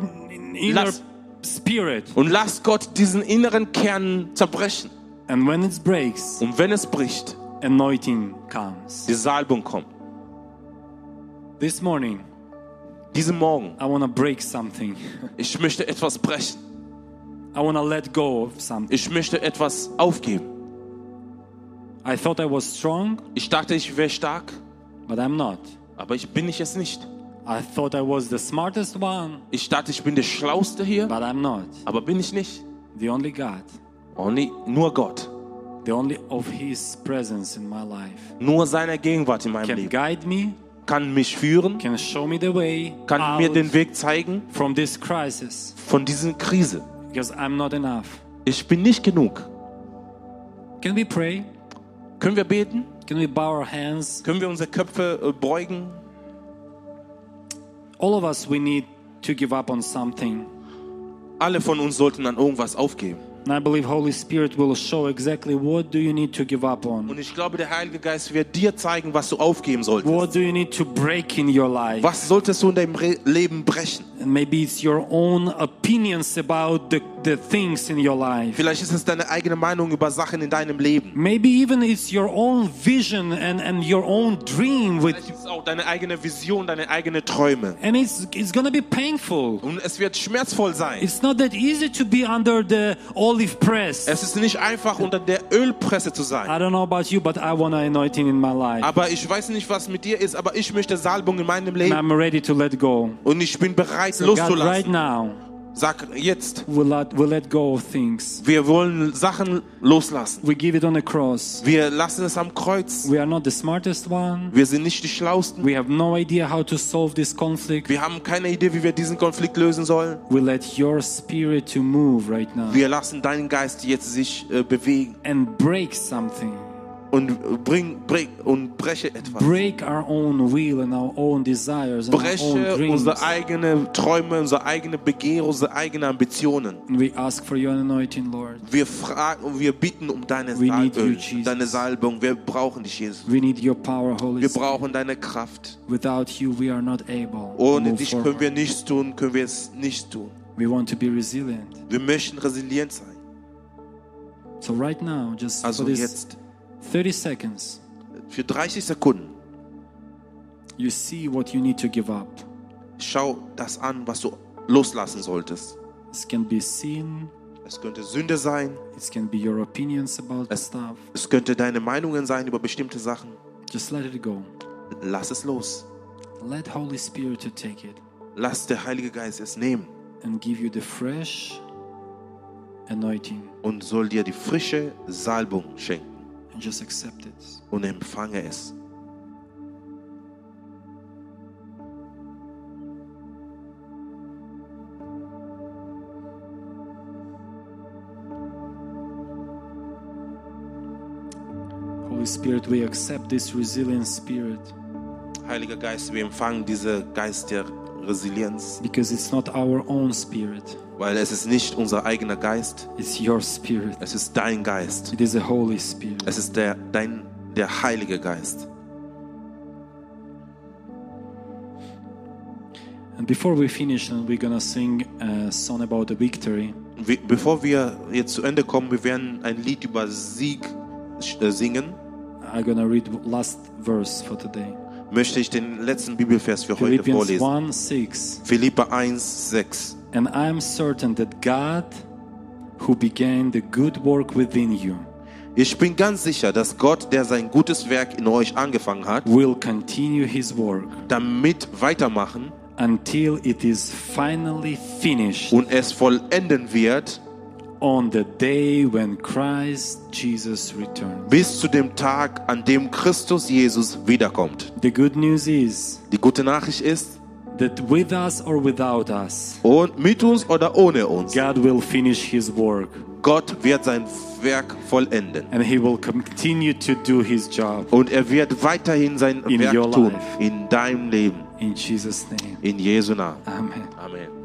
inner
Lass-
spirit.
Und lasst Gott diesen inneren Kern zerbrechen.
And when it breaks,
Und wenn es bricht,
anointing comes.
die Salbung kommt.
This morning,
Diesen Morgen,
I want to break something.
ich möchte etwas brechen.
I want to let go of something.
Ich möchte etwas aufgeben.
I thought I was strong,
Ich dachte, ich wäre stark,
but I'm not.
aber ich bin ich es nicht.
I thought I was the smartest one,
Ich dachte, ich bin der Schlauste hier,
but I'm not.
aber bin ich nicht.
The only God,
Only, nur Gott,
the only of His presence in my life
nur seiner Gegenwart in meinem
can
Leben
guide me,
kann mich führen,
can show me the way
kann mir
out
den Weg zeigen
from this crisis
von dieser Krise.
because I'm not enough.
Ich bin nicht genug.
Can we pray?
Können wir beten?
Can we bow our hands?
Können wir unsere Köpfe äh, beugen?
All of us, we need to give up on something.
Alle von uns sollten an irgendwas aufgeben.
And I believe Holy Spirit will show exactly what do you need to give up on.
Und ich glaube, der Heilige Geist wird dir zeigen, was du aufgeben solltest.
What do you need to break in your life?
Was solltest du in deinem Re Leben brechen?
And maybe it's your own opinions about the, the things in your life.
Vielleicht ist es deine eigene Meinung über Sachen in deinem Leben.
Maybe even it's your own vision and, and your own dream
Vielleicht
with
ist es auch deine eigene Vision, deine eigenen Träume.
and it's it's gonna be painful.
Und es wird schmerzvoll sein.
It's not that easy to be under the olive press.
Es ist nicht einfach, unter der Ölpresse zu sein.
I don't know about you, but I want an anointing in my life.
Aber ich weiß nicht, was mit dir ist, aber ich möchte Salbung in meinem
And
Leben.
I'm ready to let go.
Und ich bin bereit,
God, right
loszulassen.
now,
Sag jetzt,
we let, we let go of things.
wir wollen Sachen loslassen.
We give it on the cross.
Wir lassen es am Kreuz.
We are not the smartest one.
Wir sind nicht die Schlausten.
We have no idea how to solve this conflict.
Wir haben keine Idee, wie wir diesen Konflikt lösen sollen.
We let your spirit to move right now
Wir lassen deinen Geist jetzt sich äh, bewegen
and break something.
und, äh, bring, bring, und breche etwas.
Break our own will and our own desires and our own
breche
dreams.
unsere eigenen Träume, unsere eigene Begehr, unsere eigenen Ambitionen.
And we ask for your anointing, Lord.
Wir fragen, wir bitten um deine
We need you,
Salbung,
Jesus.
deine Salbung. Wir brauchen dich, Jesus.
We need your power, Holy
Wir
Spirit.
brauchen deine Kraft.
Without you, we are not able to
Ohne
move
dich können
forward.
wir nichts tun, können wir es nicht tun.
We want to be resilient.
Wir möchten resilient sein.
So right now, just for
Also
this
jetzt
30 seconds,
für 30 Sekunden
you see what you need to give up.
schau das an, was du loslassen solltest.
It can be sin,
Es könnte Sünde sein,
it can be your opinions about
Es-
stuff.
es könnte deine Meinungen sein über bestimmte Sachen.
Just let it go.
Lass es los.
Let Holy Spirit to take it.
Lass der Heilige Geist es nehmen
and give you the fresh anointing
und soll dir die frische Salbung schenken
and just accept it.
und empfange es.
Holy Spirit, we accept this resilient spirit
Heiliger Geist, wir empfangen diesen Geist der Resilienz,
because it's not our own spirit,
weil es ist nicht unser eigener Geist,
it's your spirit.
es ist dein Geist.
It is the Holy Spirit.
Es ist der, dein, der Heilige Geist.
And before we finish, and we're gonna sing a song about the victory.
Wir- Bevor wir jetzt zu Ende kommen, wir werden ein Lied über Sieg äh, singen.
I'm gonna read last verse for today.
Möchte ich den letzten Bibelvers für heute
Philippians
vorlesen.
1 6.
Philippe 1, 6.
And I am certain that God, who began the good work within you,
Ich bin ganz sicher, dass Gott, der sein gutes Werk in euch angefangen hat,
will continue his work
damit weitermachen
until it is finally finished
und es vollenden wird,
on the day when Christ Jesus returns.
bis zu dem Tag, an dem Christus Jesus wiederkommt.
The good news is
Die gute Nachricht ist,
that with us or without us,
und mit uns oder ohne uns,
God will finish his work
Gott wird sein Werk vollenden.
and he will continue to do his job
Und er wird weiterhin sein
In your
Werk tun
life.
in deinem Leben,
in Jesus' name.
in Jesu Namen.
Amen.
Amen.